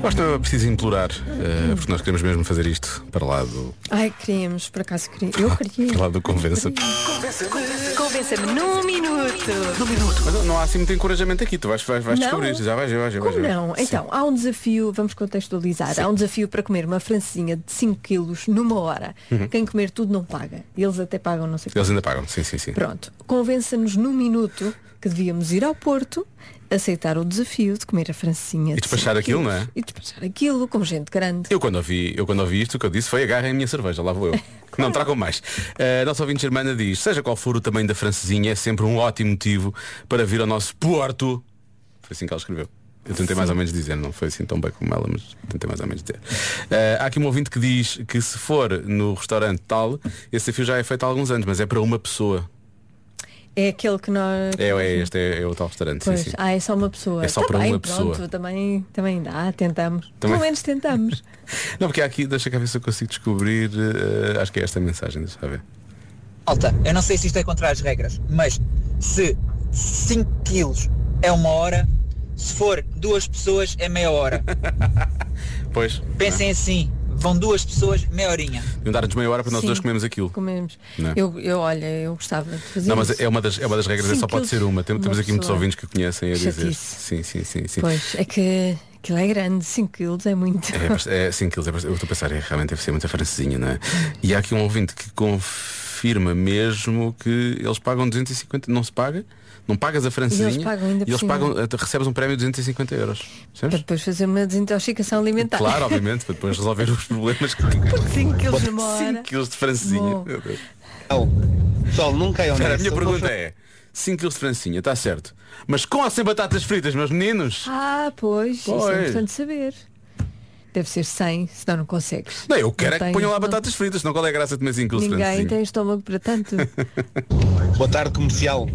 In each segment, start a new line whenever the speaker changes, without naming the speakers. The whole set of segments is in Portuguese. Costa precisa implorar, eh, porque nós queremos mesmo fazer isto para lá do,
Ai, queríamos, por acaso queria. Eu
para
queria.
lá do Convença.
Convença-me num minuto.
Mas não- não há assim muito encorajamento aqui, tu vais, vais, vais
Não.
descobrir, já vais, já vais, já vais.
Como
já vais.
não? Então, há um desafio, vamos contextualizar, há um desafio para comer uma francesinha de 5 quilos numa hora.
Uhum.
Quem comer tudo não paga. Eles até pagam não sei
Eles
quanto.
ainda pagam, sim, sim, sim.
Pronto, convença-nos num minuto que devíamos ir ao Porto, aceitar o desafio de comer a francesinha. de
despachar
5
aquilo,
quilos.
não é?
E despachar aquilo com gente grande.
Eu quando, ouvi, eu quando ouvi isto, o que eu disse foi agarrem a minha cerveja, lá vou eu. Não tragam mais. A nossa ouvinte Germana diz, seja qual for o tamanho da francesinha, é sempre um ótimo motivo para vir ao nosso Porto. Foi assim que ela escreveu. Eu tentei mais ou menos dizer, não foi assim tão bem como ela, mas tentei mais ou menos dizer. Ah, há aqui um ouvinte que diz que se for no restaurante tal, esse desafio já é feito há alguns anos, mas é para uma pessoa.
É aquele que nós.
É, é este é, é o tal restaurante, sim,
Uhum. Pois,
sim.
ah, é só uma pessoa.
É só para
Também,
uma
pronto,
pessoa.
Também, também dá, tentamos.
Também-
Pelo menos tentamos.
Não, porque há aqui, deixa cá ver se eu consigo descobrir. eh, acho que é esta a mensagem, deixa eu ver.
Alta, eu não sei se isto é contra as regras, mas se 5 quilos é uma hora, se for duas pessoas é meia hora.
Pois,
Pensem assim, vão duas pessoas, meia horinha.
deviam dar-nos meia hora para nós
Sim.
dois comermos aquilo.
Comemos.
Não é?
Eu, eu, olha, eu gostava de fazer
Não, mas
isso.
é uma das, é uma das regras, é
Sim,
só pode
que eu-
ser uma. Tem-
uma
Temos aqui muitos
pessoa.
ouvintes que conhecem a dizer.
Chatice.
Sim, sim, sim, sim.
Pois, é que aquilo é grande, 5 quilos é muito.
É, bast- é 5 quilos, é bast- eu estou a pensar, é, realmente deve ser muita francesinha, não é? E há aqui um ouvinte que confirma mesmo que eles pagam 250, não se paga? Não pagas a francesinha?
pagam ainda
e eles
por cima.
pagam, eh, recebes um prémio de 250 euros.
Para
Percebes?
depois fazer uma desintoxicação alimentar.
Claro, obviamente, para depois resolver os problemas que
5 quilos numa
5
hora.
quilos de francesinha.
Bom.
Meu Deus.
Pessoal, nunca é
Espera, a minha pergunta é, 5 quilos de francesinha, está certo. Mas com ou sem batatas fritas, meus meninos?
Ah, pois, isso
Pois.
é importante saber. Deve ser 100, senão não consegues.
Não, eu quero
Não
é que
tens-
ponham lá
não-
batatas fritas, não qual é a graça de mais incluso
Ninguém tem estômago para tanto.
é-
Boa tarde, comercial.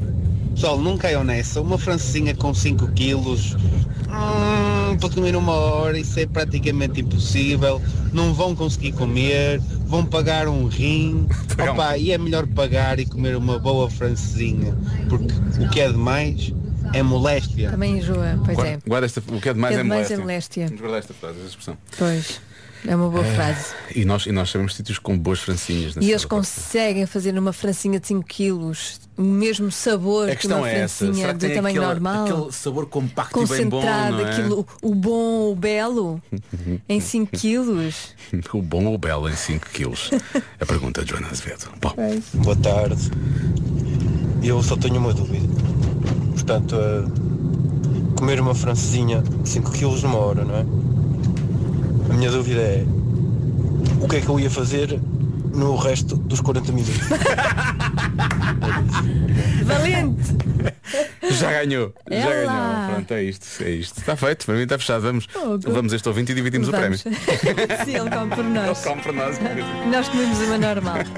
Pessoal, nunca é honesta. Uma francesinha com 5 quilos hum, para comer uma hora, isso é praticamente impossível. Não vão conseguir comer, vão pagar um rim.
Pagar um
Opa, e é melhor pagar e comer uma boa francesinha, porque o que é demais é moléstia.
Também enjoa, pois é.
Guarda, guarda esta, o que é demais
O que é
é
demais
moléstia.
é moléstia.
Vamos guardar esta frase, esta expressão.
Pois. É uma boa frase.
E nós, e nós sabemos sítios com boas francinhas.
E eles conseguem fazer numa francinha de 5 quilos o mesmo sabor
A
que uma
questão é essa.
francinha
Será que
do
tem
tamanho
aquele,
normal.
aquele sabor compacto e bem tipo bom?
Concentrado,
não é?
aquilo, o bom, o belo, em 5 quilos.
O bom ou o belo em 5 quilos? A pergunta de Joana Azevedo. Bom,
Boa tarde. Eu só tenho uma dúvida. Portanto, eh, comer uma francesinha 5 kg numa hora, não é? A minha dúvida é o que é que eu ia fazer no resto dos 40 minutos?
Valente!
já ganhou.
É
já
lá.
ganhou. Pronto, é isto. É isto. Está feito. Para mim está fechado. Vamos,
Oh, good.
levamos este ouvinte e dividimos o
Vamos.
prémio.
Sim, ele come por nós.
Ele come por nós.
Nós comemos uma normal.